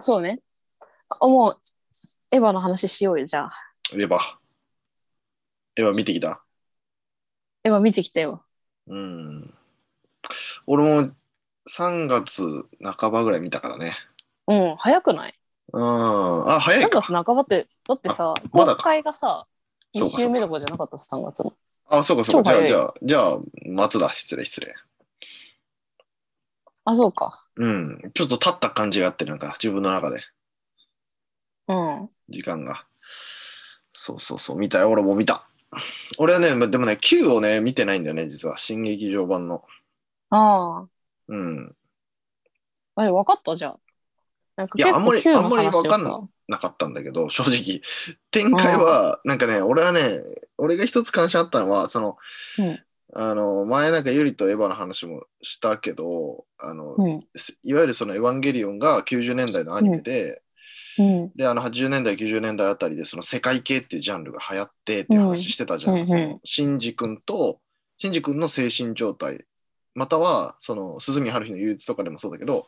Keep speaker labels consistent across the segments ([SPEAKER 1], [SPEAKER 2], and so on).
[SPEAKER 1] そうね。あ、もう、エヴァの話しようよ、じゃあ。
[SPEAKER 2] エヴァ。エヴァ見てきた。
[SPEAKER 1] エヴァ見てきたよ。
[SPEAKER 2] うん。俺も3月半ばぐらい見たからね。
[SPEAKER 1] うん、早くない
[SPEAKER 2] うん。あ、早い
[SPEAKER 1] ?3
[SPEAKER 2] か。
[SPEAKER 1] 月半ばって、だってさ、
[SPEAKER 2] ま
[SPEAKER 1] 公
[SPEAKER 2] だか
[SPEAKER 1] 開がさ、
[SPEAKER 2] そう
[SPEAKER 1] 2
[SPEAKER 2] かそうか
[SPEAKER 1] 週目とかじゃなかった、3月の。
[SPEAKER 2] あ、そうかそうか。じゃ
[SPEAKER 1] 超早
[SPEAKER 2] あ、
[SPEAKER 1] い
[SPEAKER 2] じゃあ、じゃあ、松だ。失礼、失礼。
[SPEAKER 1] あ、そうか。
[SPEAKER 2] うん。ちょっと立った感じがあって、なんか自分の中で、
[SPEAKER 1] うん。
[SPEAKER 2] 時間が。そうそうそう、見たよ。俺も見た。俺はね、までもね、Q をね、見てないんだよね、実は。新劇場版の。
[SPEAKER 1] あ
[SPEAKER 2] うん。
[SPEAKER 1] あ。え、分かったじゃん。なんか
[SPEAKER 2] いや
[SPEAKER 1] 結構
[SPEAKER 2] あんまり
[SPEAKER 1] Q の
[SPEAKER 2] あんまり分かんない
[SPEAKER 1] 話をさ
[SPEAKER 2] なかったんだけど、正直。展開は、なんかね、俺はね、俺が一つ関心あったのは、その、
[SPEAKER 1] うん
[SPEAKER 2] あの、前なんかユリとエヴァの話もしたけど、あの、
[SPEAKER 1] うん。
[SPEAKER 2] いわゆるそのエヴァンゲリオンが90年代のアニメで、
[SPEAKER 1] うん。
[SPEAKER 2] で、あの80年代、90年代あたりで、その世界系っていうジャンルが流行ってっていう話してたじゃ
[SPEAKER 1] うん
[SPEAKER 2] ん。そ
[SPEAKER 1] うんう
[SPEAKER 2] の、シンジ君と、シンジ君の精神状態、または、その、鈴見春日の憂鬱とかでもそうだけど、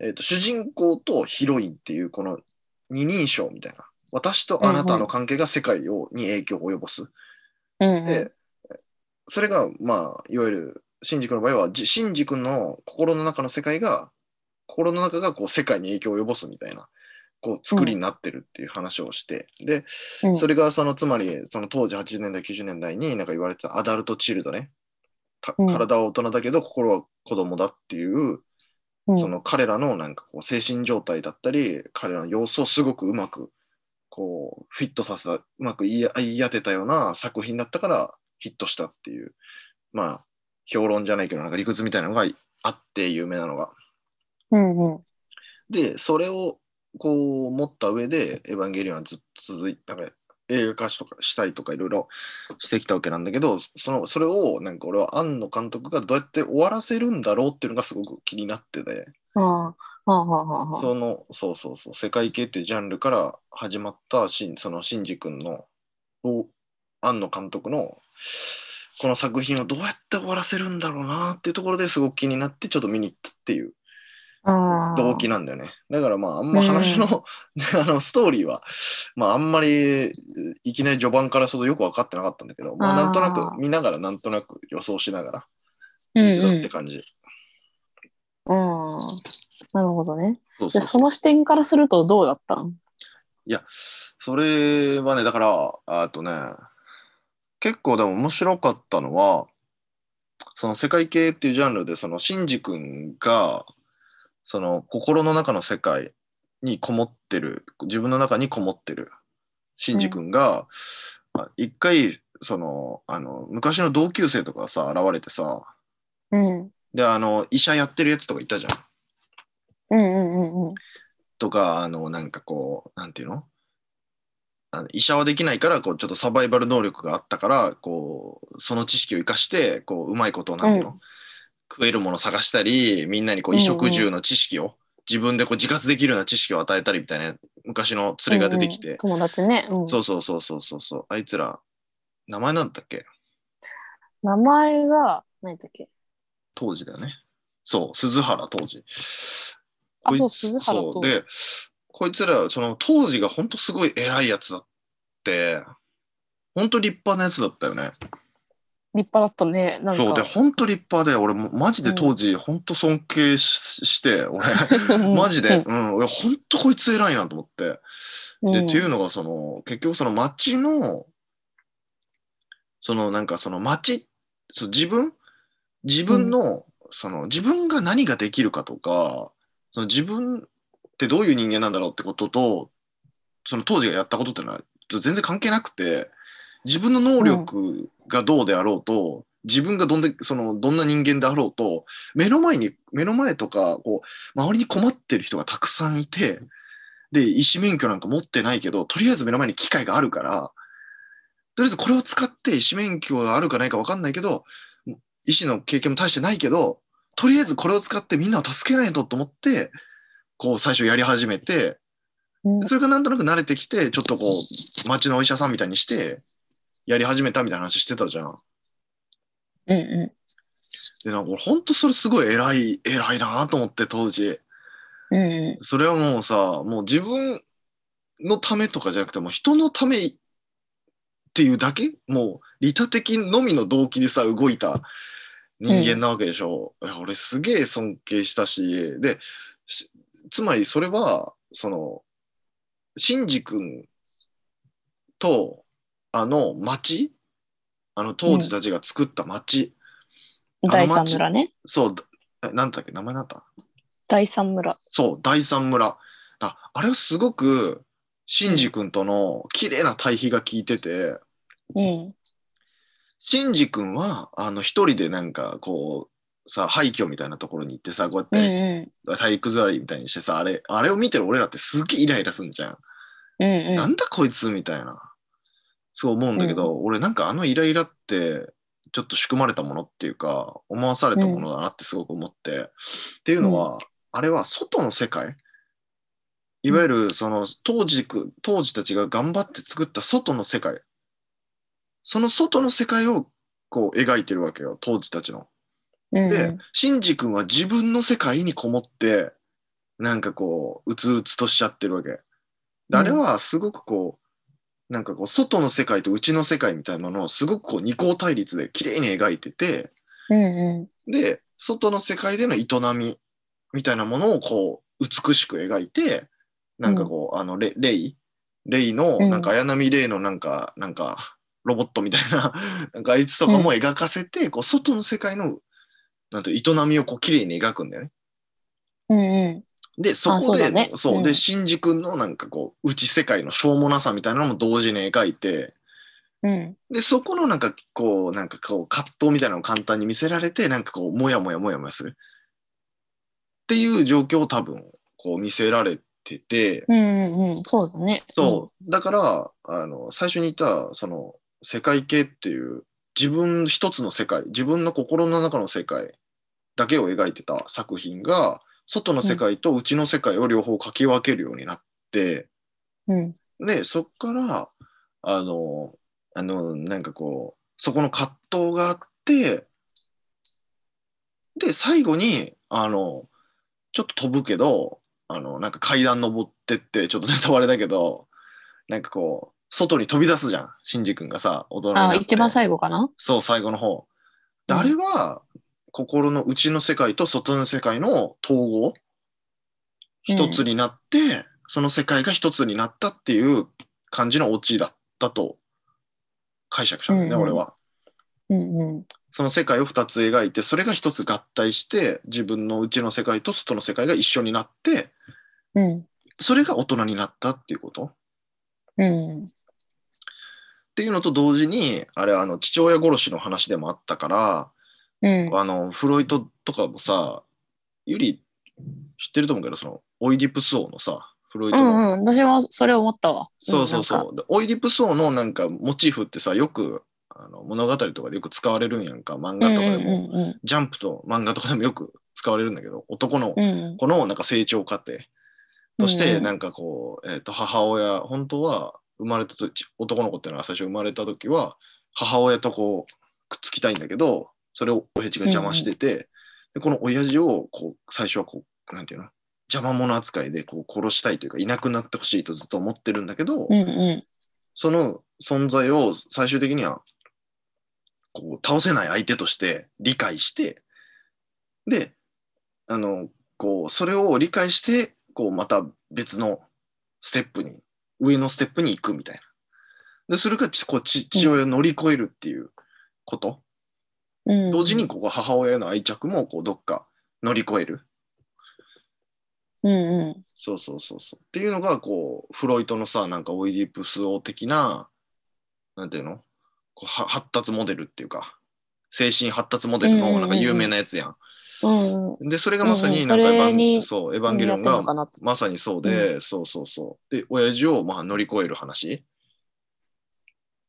[SPEAKER 2] えっ、と、主人公とヒロインっていう、この二人称みたいな。私とあなたの関係が世界をに影響を及ぼす。
[SPEAKER 1] うん。
[SPEAKER 2] で、それが、まあ、いわゆる、シンジ君の場合は、じシンジ君の心の中の世界が、心の中がこう世界に影響を及ぼすみたいな、こう、作りになってるっていう話をして、で、
[SPEAKER 1] うん
[SPEAKER 2] それが、その、つまり、その当時80年代、90年代になんか言われてたアダルトチルドね、か
[SPEAKER 1] うん
[SPEAKER 2] 体は大人だけど、心は子供だっていう、
[SPEAKER 1] うん
[SPEAKER 2] その彼らのなんかこう精神状態だったり、彼らの様子をすごくうまく、こう、フィットさせた、うまく言い言い当てたような作品だったからヒットしたっていう、まあ、評論じゃないけど、なんか理屈みたいなのがあって有名なのが。
[SPEAKER 1] うんうん。
[SPEAKER 2] で、それをこう持った上で、エヴァンゲリオンはずっと続いて、なんか映画化しとかしたりとかいろいろしてきたわけなんだけど、そのそれをなんか俺は庵野監督がどうやって終わらせるんだろうっていうのがすごく気になってて、
[SPEAKER 1] ああ。はあはあはあはあ。
[SPEAKER 2] そのそうそうそう世界系っていうジャンルから始まったしんそのシンジ君のを庵野監督のこの作品をどうやって終わらせるんだろうなっていうところですごく気になってちょっと見に行ったっていう
[SPEAKER 1] ああ
[SPEAKER 2] 動機なんだよねだからまああんま話の,、 あのストーリーはまああんまりいきなり序盤からそうよく分かってなかったんだけどまあなんとな
[SPEAKER 1] あー
[SPEAKER 2] く見ながらなんとなく予想しながら
[SPEAKER 1] うん
[SPEAKER 2] 見てた
[SPEAKER 1] う
[SPEAKER 2] っ
[SPEAKER 1] ん
[SPEAKER 2] て。感じ、
[SPEAKER 1] うん。なるほどね。
[SPEAKER 2] そう
[SPEAKER 1] じ
[SPEAKER 2] そ
[SPEAKER 1] ゃ
[SPEAKER 2] う
[SPEAKER 1] その視点からするとどうだったん
[SPEAKER 2] いや、それはね、だから、あとね、結構でも面白かったのは、その世界系っていうジャンルで、そのシンジ君が、その心の中の世界にこもってる、自分の中にこもってるシンジ君が、あ一回、その、あの、昔の同級生とかがさ、現れてさ、
[SPEAKER 1] うん。
[SPEAKER 2] で、あの、医者やってるやつとかいたじゃん。
[SPEAKER 1] うんうんうん
[SPEAKER 2] とか、あの、なんかこう、なんていうのあの医者はできないから、こう、ちょっとサバイバル能力があったから、こう、その知識を生かして、こう、うまいことを、なんていうの、
[SPEAKER 1] う
[SPEAKER 2] 食えるもの探したり、みんなにこう、
[SPEAKER 1] うんう
[SPEAKER 2] 衣
[SPEAKER 1] ん
[SPEAKER 2] 食住の知識を、自分でこう、自活できるような知識を与えたりみたいな、昔の連れが出てきて、
[SPEAKER 1] 友達ね、うん、
[SPEAKER 2] そうそうそうそうそうそう、あいつら、名前なんだっけ
[SPEAKER 1] 名前が何だっけ
[SPEAKER 2] 当時だよね。そう、鈴原当時。
[SPEAKER 1] あ
[SPEAKER 2] こい
[SPEAKER 1] そう鈴原
[SPEAKER 2] そ
[SPEAKER 1] 当
[SPEAKER 2] う
[SPEAKER 1] 時
[SPEAKER 2] で、こいつら、その当時が本当すごい偉いやつだって、本当立派なやつだったよね。
[SPEAKER 1] 立派だったねなん
[SPEAKER 2] そうで、
[SPEAKER 1] か
[SPEAKER 2] 本当立派で、俺もマジで当時、本当尊敬しして、俺、
[SPEAKER 1] そう
[SPEAKER 2] マジで、うん、俺本当こいつ偉いなと思って。
[SPEAKER 1] うん、
[SPEAKER 2] で、っていううのが、その、結局その町の、そのなんかその町、そう自分自分の、その自分が何ができるかとか、その自分ってどういう人間なんだろうってことと、その当時がやったことっていうのは全然関係なくて、自分の能力がどうであろうと、自分がどんでそのどんな人間であろうと、目の前に、目の前とか、こう、周りに困ってる人がたくさんいて、で、医師免許なんか持ってないけど、とりあえず目の前に機械があるから、とりあえずこれを使って医師免許があるかないか分かんないけど、医師の経験も大してないけど、とりあえずこれを使ってみんなを助けないとと思って、こう最初やり始めて、
[SPEAKER 1] ん
[SPEAKER 2] それがなんとなく慣れてきて、ちょっとこう、町のお医者さんみたいにして、やり始めたみたいな話してたじゃん。
[SPEAKER 1] うんう
[SPEAKER 2] で、なんか俺ほんとそれすごい偉い、偉いなと思って当時。
[SPEAKER 1] うん。
[SPEAKER 2] それはもうさ、もう自分のためとかじゃなくて、もう人のためっていうだけもう利他的のみの動機でさ、動いた人間なわけでしょ。いや俺すげえ尊敬したし、で、しつまりそれは、その、シンジ君と、あの町、あの当時たちが作った町、の
[SPEAKER 1] 第三村ね。
[SPEAKER 2] そう、えなんだっけ、名前なんだった
[SPEAKER 1] 第三村。
[SPEAKER 2] そう、第三村。ああれはすごく、シンジ君との綺麗な対比が効いてて、
[SPEAKER 1] うん。
[SPEAKER 2] シンジ君は、あの、一人でなんか、こう、さ、廃墟みたいなところに行ってさ、こう
[SPEAKER 1] うん
[SPEAKER 2] やって
[SPEAKER 1] う
[SPEAKER 2] 体育座りみたいにしてさ、あれ、あれを見てる俺らってすげえイライラすんじゃん。
[SPEAKER 1] ん。うん
[SPEAKER 2] な
[SPEAKER 1] うん。
[SPEAKER 2] んだこいつみたいな。そう思うんだけど、俺なんかあのイライラって、ちょっと仕組まれたものっていうか、思わされたものだなってすごく思って。っていうのは、あれは外の世界いわゆるその当時く、当時たちが頑張って作った外の世界。その外の世界をこう描いてるわけよ、当時たちの。
[SPEAKER 1] うん
[SPEAKER 2] で、シンジ君は自分の世界にこもって、なんかこう、うつうつとしちゃってるわけ。であれはすごくこう、なんかこう、外の世界と内の世界みたいなのをすごくこう、二項対立で綺麗に描いてて、
[SPEAKER 1] うんうん。
[SPEAKER 2] で、外の世界での営みみたいなものをこう、美しく描いて、なんかこう、あの、レレイレイの、
[SPEAKER 1] うん
[SPEAKER 2] なんか綾波レイのなんか、なんか、ロボットみたいな、 なんかあいつとかも描かせて、こう、外の世界の、なんて、営みをこう、綺麗に描くんだよね。
[SPEAKER 1] うんう
[SPEAKER 2] で、そこ
[SPEAKER 1] そう
[SPEAKER 2] で、
[SPEAKER 1] だ
[SPEAKER 2] そう,、
[SPEAKER 1] ねうん
[SPEAKER 2] で、シンジ君のなんかこう、内世界のしょうもなさみたいなのも同時に描いて、
[SPEAKER 1] ん。うん。
[SPEAKER 2] で、そこのなんかこう、なんかこう、葛藤みたいなのを簡単に見せられて、なんかこう、もやもやもやもやする。っていう状況を多分、こう見せられてて、
[SPEAKER 1] うんうんうん。そうだね。
[SPEAKER 2] そう、だから、あの、最初に言った、その、世界系っていう、自分一つの世界、自分の心の中の世界だけを描いてた作品が、外の世界と内の世界を両方書き分けるようになって、
[SPEAKER 1] うん。うん。
[SPEAKER 2] で、そっから、あの、あの、なんかこう、そこの葛藤があって、で、最後に、あの、ちょっと飛ぶけど、あの、なんか階段登ってって、ちょっとネタバレだけど、なんかこう、外に飛び出すじゃん、シンジ君がさ、大人に
[SPEAKER 1] あ、
[SPEAKER 2] なって
[SPEAKER 1] 一番最後かな
[SPEAKER 2] そう、最後の方。で、
[SPEAKER 1] うん
[SPEAKER 2] あれは、心の内の世界と外の世界の統合。
[SPEAKER 1] うん
[SPEAKER 2] 一つになって、その世界が一つになったっていう感じのオチだったと解釈したんだよね、
[SPEAKER 1] うんうん
[SPEAKER 2] 俺は。
[SPEAKER 1] うんうん。
[SPEAKER 2] その世界を二つ描いて、それが一つ合体して、自分の内の世界と外の世界が一緒になって、
[SPEAKER 1] うん。
[SPEAKER 2] それが大人になったっていうこと。
[SPEAKER 1] うん。
[SPEAKER 2] っていうのと同時に、あれ、あの、父親殺しの話でもあったから、
[SPEAKER 1] うん。
[SPEAKER 2] あの、フロイトとかもさ、ユリ知ってると思うけど、その、オイディプス王のさ、フロイ
[SPEAKER 1] う
[SPEAKER 2] ト
[SPEAKER 1] ん
[SPEAKER 2] の。
[SPEAKER 1] うん。私もそれ思ったわ。
[SPEAKER 2] そうそうそ
[SPEAKER 1] ん
[SPEAKER 2] う。でオイディプス王のなんかモチーフってさ、よくあの物語とかでよく使われるんやんか、漫画
[SPEAKER 1] なん
[SPEAKER 2] と
[SPEAKER 1] か。
[SPEAKER 2] か
[SPEAKER 1] うん
[SPEAKER 2] でも、
[SPEAKER 1] うんうん
[SPEAKER 2] ジャンプと漫画とかでもよく使われるんだけど、男の
[SPEAKER 1] うん。うん
[SPEAKER 2] 子のなんか成長過程とし
[SPEAKER 1] うん
[SPEAKER 2] て、
[SPEAKER 1] うん
[SPEAKER 2] なんかこう、えっ、と、母親、本当は生まれたとき、男の子っていうのは最初生まれた時は、母親とこう、くっつきたいんだけど、それを親父が邪魔してて、でこの親父をこう、最初はこう、なんていうの邪魔者扱いでこう殺したいというか、いなくなってほしいとずっと思ってるんだけど、
[SPEAKER 1] うんう
[SPEAKER 2] その存在を最終的にはこう倒せない相手として理解してであのこうそれを理解してこうまた別のステップに上のステップに行くみたいなでそれがちこうち父親を乗り越えるっていうこと、
[SPEAKER 1] んうん。
[SPEAKER 2] 同時にここ母親への愛着もこうどっか乗り越える
[SPEAKER 1] うんう
[SPEAKER 2] そうそうそうそう。っていうのが、こう、フロイトのさ、なんかオイディプス王的な、なんていうのこうは発達モデルっていうか、精神発達モデ
[SPEAKER 1] う
[SPEAKER 2] ル
[SPEAKER 1] んうんうん
[SPEAKER 2] の
[SPEAKER 1] う
[SPEAKER 2] なんんか有名なやつやん。
[SPEAKER 1] ん。うんうん。
[SPEAKER 2] で、それがまさに、
[SPEAKER 1] うんうん
[SPEAKER 2] なんかエヴァ
[SPEAKER 1] それ
[SPEAKER 2] ン、
[SPEAKER 1] に
[SPEAKER 2] そう、エヴァンゲリオ
[SPEAKER 1] やって
[SPEAKER 2] ン
[SPEAKER 1] んの
[SPEAKER 2] が
[SPEAKER 1] かな
[SPEAKER 2] まさにそうで、そうそうそう。で、親父をまあ乗り越える話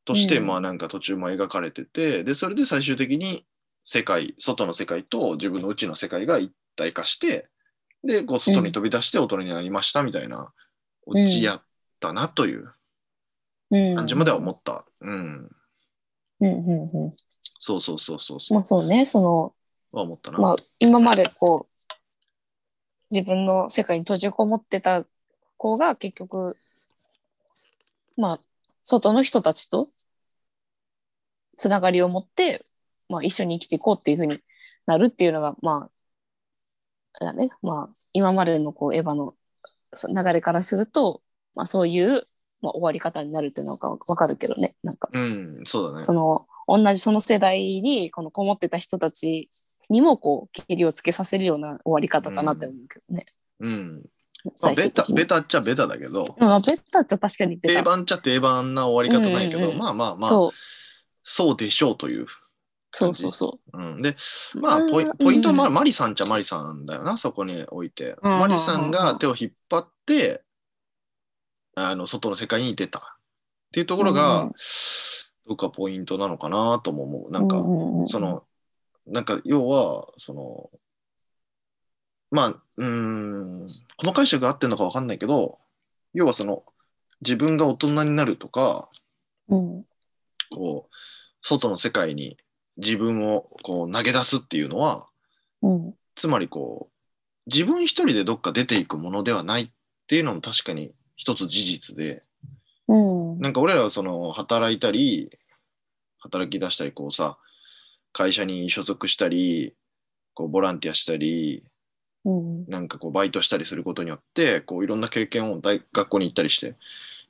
[SPEAKER 2] として、
[SPEAKER 1] うん
[SPEAKER 2] まあなんか途中も描かれてて、で、それで最終的に世界、外の世界と自分の内の世界が一体化して、で、こう外に飛び出して大人になりましたみたいな、
[SPEAKER 1] うん
[SPEAKER 2] オチやったなという
[SPEAKER 1] うん
[SPEAKER 2] 感じまでは思った。うん。
[SPEAKER 1] うんうんうん。
[SPEAKER 2] そうそうそうそうそう。
[SPEAKER 1] まあそうね、その、
[SPEAKER 2] は思ったな。
[SPEAKER 1] まあ今までこう、自分の世界に閉じこもってた子が結局まあ外の人たちとつながりを持って、まあ、一緒に生きていこうっていうふうになるっていうのがまああれだねまあ今までのこうエヴァのそ流れからすると、まあ、そういう、まあ、終わり方になるっていうのがわかるけどねなんか
[SPEAKER 2] うん、そうだね。
[SPEAKER 1] その同じその世代にこのこもってた人たちにもこうけりをつけさせるような終わり方かなって思うけどね。
[SPEAKER 2] うん。まあ、
[SPEAKER 1] 最
[SPEAKER 2] ベ
[SPEAKER 1] 終
[SPEAKER 2] タ
[SPEAKER 1] 的、に
[SPEAKER 2] ベタっちゃベタだけど、
[SPEAKER 1] うんまあベタっちゃ確かにベ
[SPEAKER 2] 定
[SPEAKER 1] タ。
[SPEAKER 2] 番っちゃ定番な終わり方ないけど、
[SPEAKER 1] うんうんうん
[SPEAKER 2] まあまあまあ、
[SPEAKER 1] そう
[SPEAKER 2] そうでしょうという。
[SPEAKER 1] そうそうそ
[SPEAKER 2] うん、で、まあポイ、
[SPEAKER 1] うん
[SPEAKER 2] ポイントはま
[SPEAKER 1] う
[SPEAKER 2] マリさんちゃマリさんだよな、そこにおいて。
[SPEAKER 1] うん
[SPEAKER 2] マリさんが手を引っ張って、あの、外の世界に出たっていうところ
[SPEAKER 1] うん
[SPEAKER 2] が、どっかポイントなのかなとも思う。
[SPEAKER 1] う。
[SPEAKER 2] なんか、
[SPEAKER 1] うううん
[SPEAKER 2] その、なんか要は、その、まあ、うーん、この解釈が合ってるのか分かんないけど、要はその、自分が大人になるとか、
[SPEAKER 1] うん
[SPEAKER 2] こう、外の世界に自分をこう投げ出すっていうのは、
[SPEAKER 1] うん
[SPEAKER 2] つまりこう、自分一人でどっか出ていくものではないっていうのも確かに一つ事実で、
[SPEAKER 1] うん
[SPEAKER 2] なんか俺らはその働いたり、働き出したり、こうさ、会社に所属したり、こうボランティアしたり、
[SPEAKER 1] うん
[SPEAKER 2] なんかこうバイトしたりすることによって、こういろんな経験を大学校に行ったりして、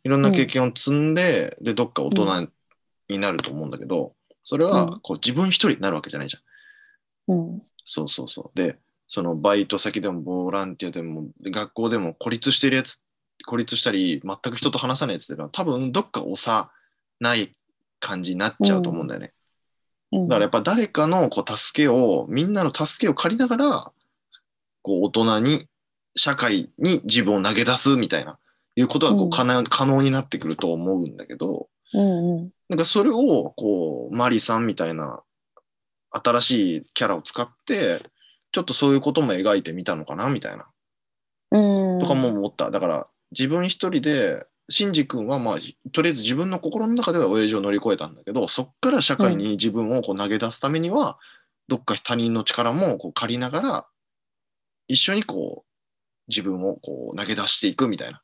[SPEAKER 2] いろんな経験を積んで、で、どっか大人になると思うんだけど、それ
[SPEAKER 1] う
[SPEAKER 2] は
[SPEAKER 1] ん
[SPEAKER 2] こう自分一人になるわけじゃないじゃん。
[SPEAKER 1] うん
[SPEAKER 2] そうそうそう。で、そのバイト先でもボランティアでも学校でも孤立してるやつ、孤立したり、全く人と話さないやつっていうのは多分どっか幼い感じになっちゃうと思うんだよね。
[SPEAKER 1] うん
[SPEAKER 2] だからやっぱ誰かのこう助けを、みんなの助けを借りながら、こう大人に、社会に自分を投げ出すみたいな、いうことがこ
[SPEAKER 1] う
[SPEAKER 2] うん可能,、可能になってくると思うんだけど、
[SPEAKER 1] うんうん
[SPEAKER 2] なんかそれをこうマリさんみたいな新しいキャラを使ってちょっとそういうことも描いてみたのかなみたいな
[SPEAKER 1] うん
[SPEAKER 2] とかも思った、だから自分一人でシンジ君はまあとりあえず自分の心の中では親父を乗り越えたんだけどそっから社会に自分をこう投げ出すためには、どっか他人の力もこう借りながら一緒にこう自分をこう投げ出していくみたいなっ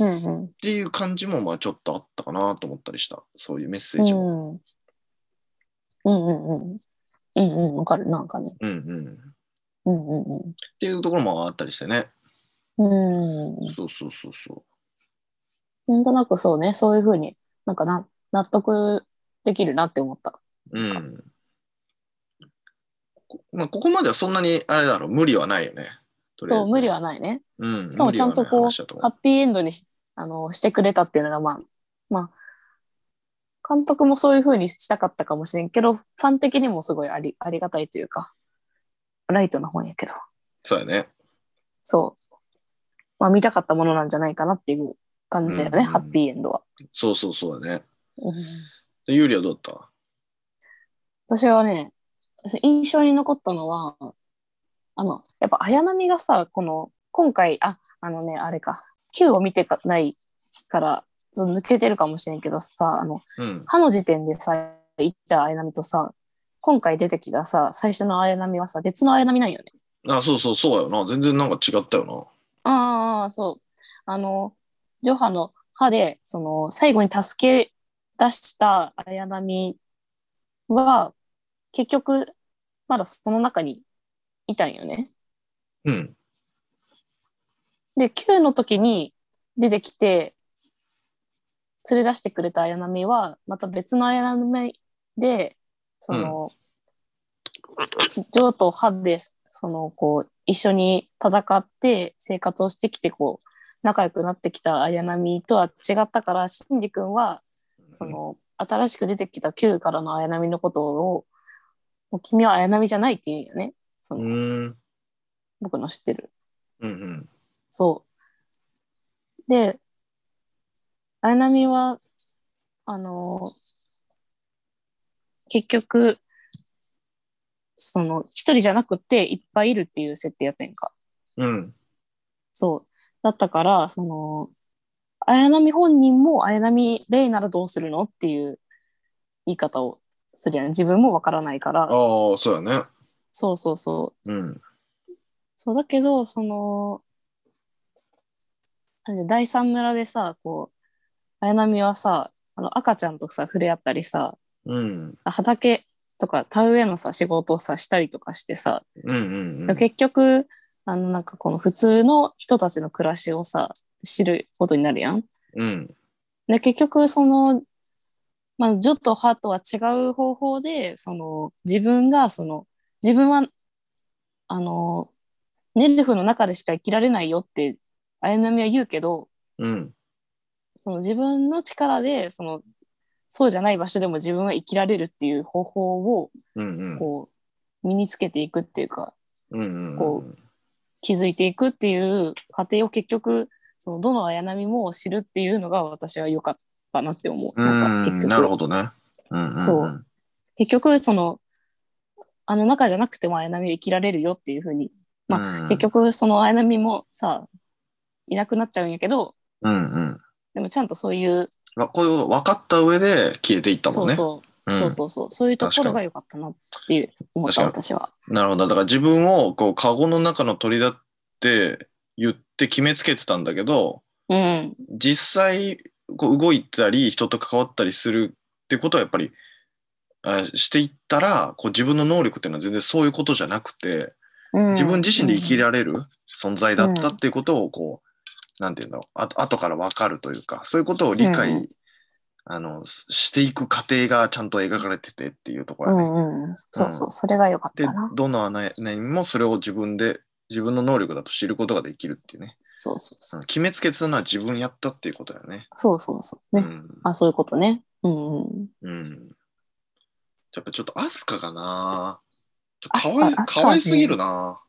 [SPEAKER 1] うんうん
[SPEAKER 2] ていう感じもまあちょっとあったかなと思ったりしたそういうメッセ
[SPEAKER 1] う
[SPEAKER 2] ー
[SPEAKER 1] ん
[SPEAKER 2] ジ
[SPEAKER 1] う
[SPEAKER 2] も。
[SPEAKER 1] んうんうんうんうんわかるなんかね
[SPEAKER 2] うんうん
[SPEAKER 1] うんうんうん
[SPEAKER 2] っていうところもあったりしてね。
[SPEAKER 1] うん
[SPEAKER 2] そうそうそうそ
[SPEAKER 1] なんとなくそうねそういうふうになんかな納得できるなって思った。
[SPEAKER 2] う。うん。こまあ、ここまではそんなに、あれだろう、無理はないよね。とりあえ
[SPEAKER 1] そう
[SPEAKER 2] ずね
[SPEAKER 1] 無理。はないね。
[SPEAKER 2] うん。
[SPEAKER 1] しかもちゃんとこう
[SPEAKER 2] 無理はない話だと思
[SPEAKER 1] ハッピーエンドにしあのしてくれたっていうのがまあまあ監督もそういうふうにしたかったかもしれんけどファン的にもすごいありありがたいというかライトな本やけど
[SPEAKER 2] そうやね。
[SPEAKER 1] そう、まあ、見たかったものなんじゃないかなっていう感じだよね、
[SPEAKER 2] うんうん
[SPEAKER 1] ハッピーエンドは。
[SPEAKER 2] そうそうそうだね。
[SPEAKER 1] うん
[SPEAKER 2] で、ユーリはどうだっ
[SPEAKER 1] 私はね印象に残ったのはあのやっぱ綾波がさこの今回ああのねあれか Q を見てかないからちょっと抜けてるかもしれんけどさあの
[SPEAKER 2] たうん。
[SPEAKER 1] 歯の時点でさ行った綾波とさ今回出てきたさ最初の綾波はさ別の綾波なんよね。
[SPEAKER 2] あ、そうそうそうやよな。全然なんか違ったよな。
[SPEAKER 1] ああそうあのジョハの歯でその最後に助け出した綾波は結局まだその中にいたんよね。
[SPEAKER 2] うん。
[SPEAKER 1] で Q の時に出てきて連れ出してくれた綾波はまた別の綾波でその、ジョーとハでそのこう一緒に戦って生活をしてきてこう仲良くなってきた綾波とは違ったからシンジ君はその新しく出てきた Q からの綾波のことを「もう君は綾波じゃない」って言うんよねそうの、
[SPEAKER 2] ん。
[SPEAKER 1] 僕の知ってる。
[SPEAKER 2] うんうん。
[SPEAKER 1] そう。で、綾波は、あの結局、その、一人じゃなくていっぱいいるっていう設定やったんか。
[SPEAKER 2] うん。
[SPEAKER 1] そう。だったから、その、綾波本人も綾波レイならどうするのっていう言い方をするやん。自分もわからないから。
[SPEAKER 2] ああ、そうやね。
[SPEAKER 1] そうそうそう。
[SPEAKER 2] うん。
[SPEAKER 1] そうだけど、その、なんで第三村でさ、こう、綾波はさ、あの赤ちゃんとさ、触れ合ったりさ、
[SPEAKER 2] うん。
[SPEAKER 1] 畑とか田植えのさ、仕事をさ、したりとかしてさ、
[SPEAKER 2] うんうんうん。
[SPEAKER 1] 結局、あの、なんかこの普通の人たちの暮らしをさ、知ることになるやん。
[SPEAKER 2] うん。
[SPEAKER 1] で、結局、その、まあ、ジョとハとは違う方法で、その、自分が、その、自分は、あの、ネルフの中でしか生きられないよって、綾波は言うけど、
[SPEAKER 2] うん。
[SPEAKER 1] その自分の力で、その、そうじゃない場所でも自分は生きられるっていう方法を、
[SPEAKER 2] うんうん。
[SPEAKER 1] こう、身につけていくっていうか、
[SPEAKER 2] うんうん
[SPEAKER 1] こ気づいていくっていう過程を結局、その、どの綾波も知るっていうのが私は良かったなって思う。
[SPEAKER 2] うん
[SPEAKER 1] なんか結局
[SPEAKER 2] なるほどね。うんうんうん
[SPEAKER 1] そう。結局そのあの中じゃなくても綾波は生きられるよっていうふうに、ま
[SPEAKER 2] うん
[SPEAKER 1] 結。局その綾波もさいなくなっちゃうんやけど
[SPEAKER 2] うんうん。
[SPEAKER 1] でもちゃんとそういう、
[SPEAKER 2] わこういうこと分かった上で消えていったも
[SPEAKER 1] そ
[SPEAKER 2] ん
[SPEAKER 1] う
[SPEAKER 2] ね。
[SPEAKER 1] そう、
[SPEAKER 2] うん
[SPEAKER 1] そうそうそうそういうところが良かったなっていう思った
[SPEAKER 2] 確か
[SPEAKER 1] 私は
[SPEAKER 2] なるほど。だから自分をこうカゴの中の鳥だって言って決めつけてたんだけど、
[SPEAKER 1] うん
[SPEAKER 2] 実際こう動いたり人と関わったりするってことはやっぱりあしていったらこう自分の能力っていうのは全然そういうことじゃなくて
[SPEAKER 1] うん
[SPEAKER 2] 自分自身で生きられる存在だったっていうことをこうなんていうんだろうあと後から分かるというかそういうことを理
[SPEAKER 1] う
[SPEAKER 2] 解
[SPEAKER 1] ん
[SPEAKER 2] あのししていく過程がちゃんと描かれててっていうとこ
[SPEAKER 1] う
[SPEAKER 2] ろやね。
[SPEAKER 1] んうんそうそううそれが良かっ
[SPEAKER 2] で
[SPEAKER 1] たな、
[SPEAKER 2] どの穴にもそれを自分で自分の能力だと知ることができるっていうね
[SPEAKER 1] そうそう
[SPEAKER 2] そ
[SPEAKER 1] そう
[SPEAKER 2] の決めつけてたのは自分やったっていうことだよね。
[SPEAKER 1] そうそうそうね、
[SPEAKER 2] うん
[SPEAKER 1] あそういうことねうんうん
[SPEAKER 2] うん。やっぱちょっとアスカがなちょ
[SPEAKER 1] ア
[SPEAKER 2] か
[SPEAKER 1] スカ
[SPEAKER 2] わい
[SPEAKER 1] アスカ
[SPEAKER 2] かわいすぎるな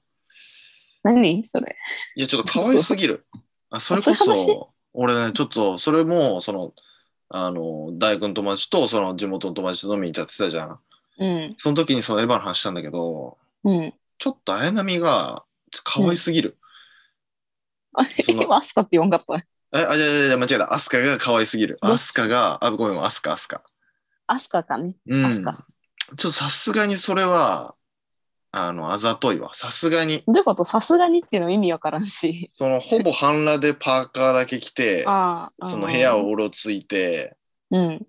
[SPEAKER 1] 何それ
[SPEAKER 2] いやちょっとかわいすぎる。あそれこ
[SPEAKER 1] そういう話
[SPEAKER 2] そ俺ねちょっとそれもそのあの大学の友達とその地元の友達と飲みに行ったって言ってたじゃん。
[SPEAKER 1] うん
[SPEAKER 2] その時にそのエヴァの話したんだけど
[SPEAKER 1] うん
[SPEAKER 2] ちょっと綾波がかわいすぎる。
[SPEAKER 1] あ
[SPEAKER 2] そ の
[SPEAKER 1] 今アスカって呼んかった
[SPEAKER 2] え、あ、じゃじゃじゃ間違えた。アスカが可愛すぎる。
[SPEAKER 1] どっち
[SPEAKER 2] アスカが、あ、ごめん、アスカ、アスカ。
[SPEAKER 1] アスカかね
[SPEAKER 2] うん。
[SPEAKER 1] アスカ
[SPEAKER 2] ちょっとさすがにそれは、あの、あざといわ。さすがに。
[SPEAKER 1] どういうことさすがにっていうの意味わからんし
[SPEAKER 2] その、ほぼ半裸でパーカーだけ着て、
[SPEAKER 1] ああ
[SPEAKER 2] その部屋をうろついて、
[SPEAKER 1] うん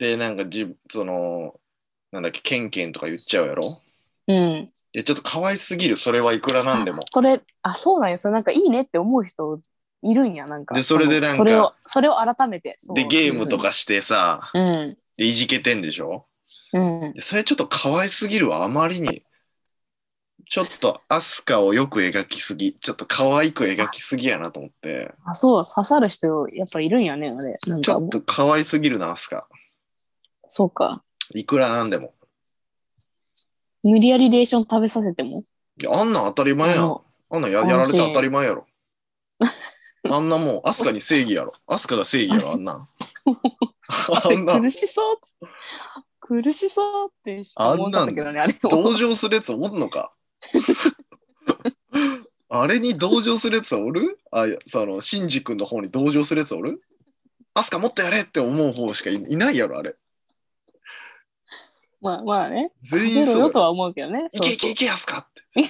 [SPEAKER 2] で、なんかじ、その、なんだっけ、ケンケンとか言っちゃうやろ。
[SPEAKER 1] う
[SPEAKER 2] い
[SPEAKER 1] ん
[SPEAKER 2] や、ちょっと可愛すぎる。それはいくらなんでも。
[SPEAKER 1] それあそうなんやそれなんかいいねって思う人いるんやなんか
[SPEAKER 2] でそれでなんか
[SPEAKER 1] そのそれをそれを改めてそう
[SPEAKER 2] で、ゲームとかしてさ、
[SPEAKER 1] うん
[SPEAKER 2] でいじけてんでしょ
[SPEAKER 1] うん
[SPEAKER 2] それちょっと可愛すぎるわ、あまりに。ちょっとアスカをよく描きすぎ、ちょっと可愛く描きすぎやなと思って、
[SPEAKER 1] あそう刺さる人やっぱいるんやねあれなん
[SPEAKER 2] ち
[SPEAKER 1] か
[SPEAKER 2] ょっと可愛すぎるな、アスカ。
[SPEAKER 1] そうか
[SPEAKER 2] いくらなんでも。
[SPEAKER 1] 無理やりレーション食べさせても
[SPEAKER 2] いやあんなん当たり前やん。
[SPEAKER 1] の
[SPEAKER 2] あんなんや
[SPEAKER 1] あの
[SPEAKER 2] やられて
[SPEAKER 1] シーン
[SPEAKER 2] 当たり前やろ。あんなもう、アスカに正義やろ。アスカが正義やろ、あん なん。あんな
[SPEAKER 1] 苦、しそう苦しそうってしか思わなかったけどねあれも
[SPEAKER 2] 同情するやつおんのか。 あれに同情するやつはおるあ、いやその、シンジ君の方に同情するやつおるアスカもっとやれって思う方しかいいないやろ、あれ。
[SPEAKER 1] まあまあね
[SPEAKER 2] 全
[SPEAKER 1] 出
[SPEAKER 2] 員
[SPEAKER 1] ろ
[SPEAKER 2] そう
[SPEAKER 1] よ
[SPEAKER 2] よ
[SPEAKER 1] と。は思うけどね
[SPEAKER 2] いけいけいけ、アスカって。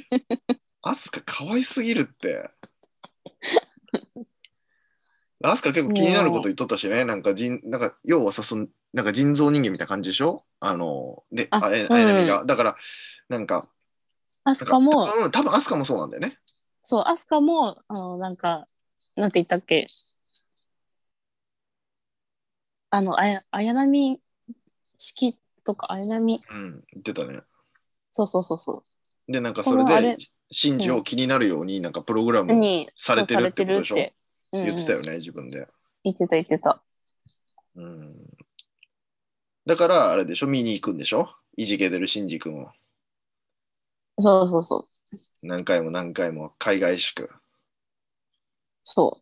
[SPEAKER 2] アスカ可愛すぎるって。アスカ結構気になること言っとったしね、なんか人、なんか、要はさ、その、なんか人造人間みたいな感じでしょあの、で、
[SPEAKER 1] あ
[SPEAKER 2] あえ、
[SPEAKER 1] うん
[SPEAKER 2] あやなみが。だから、なんか、
[SPEAKER 1] アスカも
[SPEAKER 2] うん、多分アスカもそうなんだよね。
[SPEAKER 1] そう、アスカも、あの、なんか、なんて言ったっけ。あの、あや、綾波式とか、綾波、
[SPEAKER 2] うん、言ってたね。
[SPEAKER 1] そうそうそうそ
[SPEAKER 2] で、なんか
[SPEAKER 1] こ
[SPEAKER 2] それ
[SPEAKER 1] のあれ
[SPEAKER 2] で、シンジを気になるように、なんかプログラ
[SPEAKER 1] う。
[SPEAKER 2] ムを
[SPEAKER 1] に、
[SPEAKER 2] されてるってことでしょ
[SPEAKER 1] そうされてるって
[SPEAKER 2] 言ってたよ
[SPEAKER 1] うんうん
[SPEAKER 2] ね、自分で。
[SPEAKER 1] 言ってた、言ってた。
[SPEAKER 2] うん。だから、あれでしょ、見に行くんでしょいじけてるシンジ君を。
[SPEAKER 1] そうそうそう。
[SPEAKER 2] 何回も何回も、海外宿。
[SPEAKER 1] そ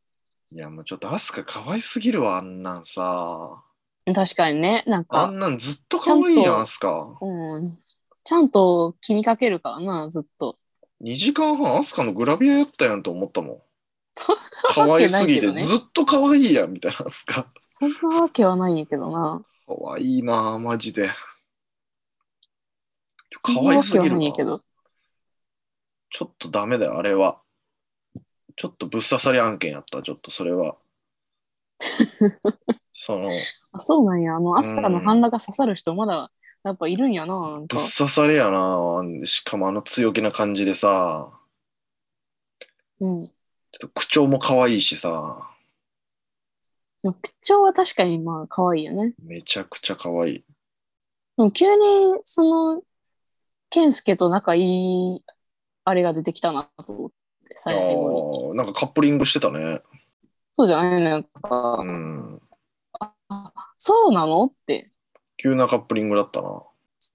[SPEAKER 2] いや、もうちょっとアスカ可愛すぎるわ、あんなんさ。
[SPEAKER 1] う。確かにね、なん
[SPEAKER 2] あ
[SPEAKER 1] か、
[SPEAKER 2] んなんずっと可愛い
[SPEAKER 1] ち
[SPEAKER 2] や
[SPEAKER 1] ゃん
[SPEAKER 2] ん、
[SPEAKER 1] と
[SPEAKER 2] アスカ。
[SPEAKER 1] うん。ちゃんと気にかけるからな、ずっと。
[SPEAKER 2] 2時間半、アスカのグラビアやったやんと思ったもん。
[SPEAKER 1] そんな
[SPEAKER 2] 可
[SPEAKER 1] わけ
[SPEAKER 2] 愛
[SPEAKER 1] な
[SPEAKER 2] す
[SPEAKER 1] い
[SPEAKER 2] ぎ
[SPEAKER 1] け
[SPEAKER 2] て、
[SPEAKER 1] どね。
[SPEAKER 2] ずっと可愛いやん、みたいな、アスカ。
[SPEAKER 1] そんなわけはないんやけどな。
[SPEAKER 2] かわいいなあマジで。か
[SPEAKER 1] そん
[SPEAKER 2] わ
[SPEAKER 1] ないわ
[SPEAKER 2] す
[SPEAKER 1] けは
[SPEAKER 2] ぎ
[SPEAKER 1] な
[SPEAKER 2] る
[SPEAKER 1] いん
[SPEAKER 2] な
[SPEAKER 1] やけど。
[SPEAKER 2] ちょっとダメだよ、あれは。ちょっとぶっ刺さり案件やった、ちょっとそ れは。その、
[SPEAKER 1] あ、そうなんや。あの、アスタの半裸が刺さる人、まだ、やっぱいるんやな、なん
[SPEAKER 2] ぶ
[SPEAKER 1] か
[SPEAKER 2] っ。刺されやな。しかもあの強気な感じでさ、
[SPEAKER 1] うん。
[SPEAKER 2] ちょっと口調も可愛いしさ、
[SPEAKER 1] まあ口調は確かに、まあ、可愛いよね。
[SPEAKER 2] めちゃくちゃ可愛い。
[SPEAKER 1] でも急に、その、ケンスケと仲いい、あれが出てきたな、と思って、
[SPEAKER 2] あ
[SPEAKER 1] 最後に。
[SPEAKER 2] ーなんかカップリングしてたね。
[SPEAKER 1] そうじゃないなんか、
[SPEAKER 2] うん。
[SPEAKER 1] あそうなのって。
[SPEAKER 2] 急なカップリングだったな。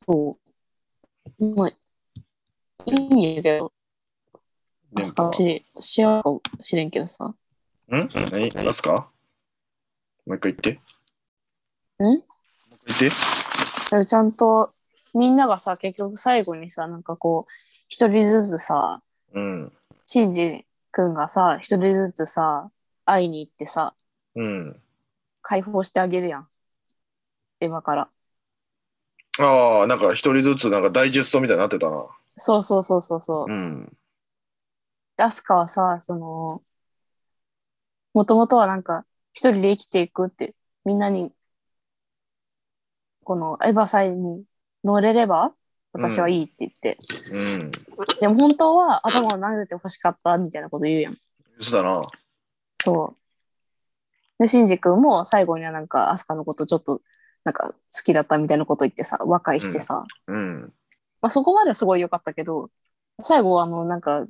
[SPEAKER 1] そう。まあ、いいんやけど、アスタし、しやかもしれんけどさ。
[SPEAKER 2] ん何何すかもう一回言って。
[SPEAKER 1] ん
[SPEAKER 2] もう一回言って。
[SPEAKER 1] だからちゃんとみんながさ結局最後にさなんかこう一人ずつさ
[SPEAKER 2] うん。
[SPEAKER 1] シンジ君がさ一人ずつさ会いに行ってさ
[SPEAKER 2] うん。
[SPEAKER 1] 解放してあげるやんエヴァから
[SPEAKER 2] ああ、なんか一人ずつなんかダイジェストみたいになってたな。
[SPEAKER 1] そうそうそうそうそう、
[SPEAKER 2] うん。
[SPEAKER 1] でアスカはさそのもともとはなんか一人で生きていくってみんなにこのエヴァさえに乗れれば私はいいって言って、
[SPEAKER 2] うん。
[SPEAKER 1] でも本当は頭を撫でてほしかったみたいなこと言うやん
[SPEAKER 2] 嘘だな。
[SPEAKER 1] そう。で、シンジ君も最後にはなんか、アスカのことちょっと、なんか、好きだったみたいなこと言ってさ、和解してさ、
[SPEAKER 2] うん。
[SPEAKER 1] まあそこまではすごい良かったけど、最後はあの、なんか、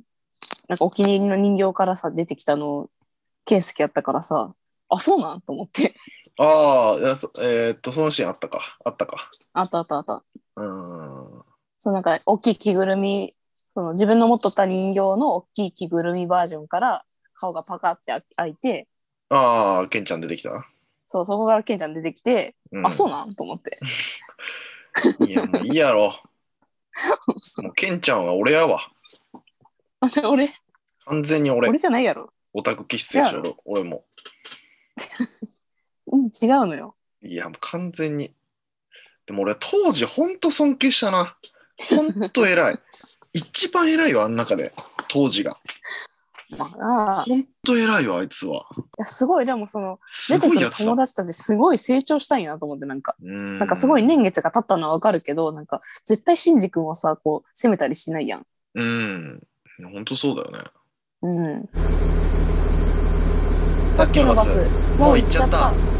[SPEAKER 1] なんかお気に入りの人形からさ、出てきたの、ケンスケやったからさ、あ、そうなんと思って。
[SPEAKER 2] ああ、いやそえーっと、そのシーンあったか。あったか。
[SPEAKER 1] あったあったあった。
[SPEAKER 2] うん。
[SPEAKER 1] そうなんか、大きい着ぐるみ、その自分の持っとった人形の大きい着ぐるみバージョンから、顔がパカって開いて、
[SPEAKER 2] ああ、ケンちゃん出てきた。
[SPEAKER 1] そう、そこからケンちゃん出てきて、
[SPEAKER 2] う
[SPEAKER 1] あ、そうなんと思って。
[SPEAKER 2] いや、もういいやろ。もうケンちゃんは俺やわ。
[SPEAKER 1] あれ俺、
[SPEAKER 2] 完全に俺
[SPEAKER 1] 俺。じゃないやろ。
[SPEAKER 2] オタク気質やし俺俺も。
[SPEAKER 1] うん、違うのよ。
[SPEAKER 2] いや、もう完全に。でも俺当時ほんと尊敬したな。ほんと偉い。 一番偉いよ、あん中で。当時が。
[SPEAKER 1] まあ、い
[SPEAKER 2] ほんと偉いよ、あいつは。
[SPEAKER 1] やすごい、でもその、
[SPEAKER 2] す
[SPEAKER 1] 出て
[SPEAKER 2] ご
[SPEAKER 1] く
[SPEAKER 2] い
[SPEAKER 1] る
[SPEAKER 2] やつだ
[SPEAKER 1] 友。達たちすごい成長したいなと思って、なんか、
[SPEAKER 2] な
[SPEAKER 1] なんかすごい。年月が経ったのはわかるけど、なんか、絶対シンジ君はさ、こう、責めたりしないやん。
[SPEAKER 2] うん。ほんとそうだよね。
[SPEAKER 1] うん。
[SPEAKER 2] さっきのバス、
[SPEAKER 1] もう行っちゃった。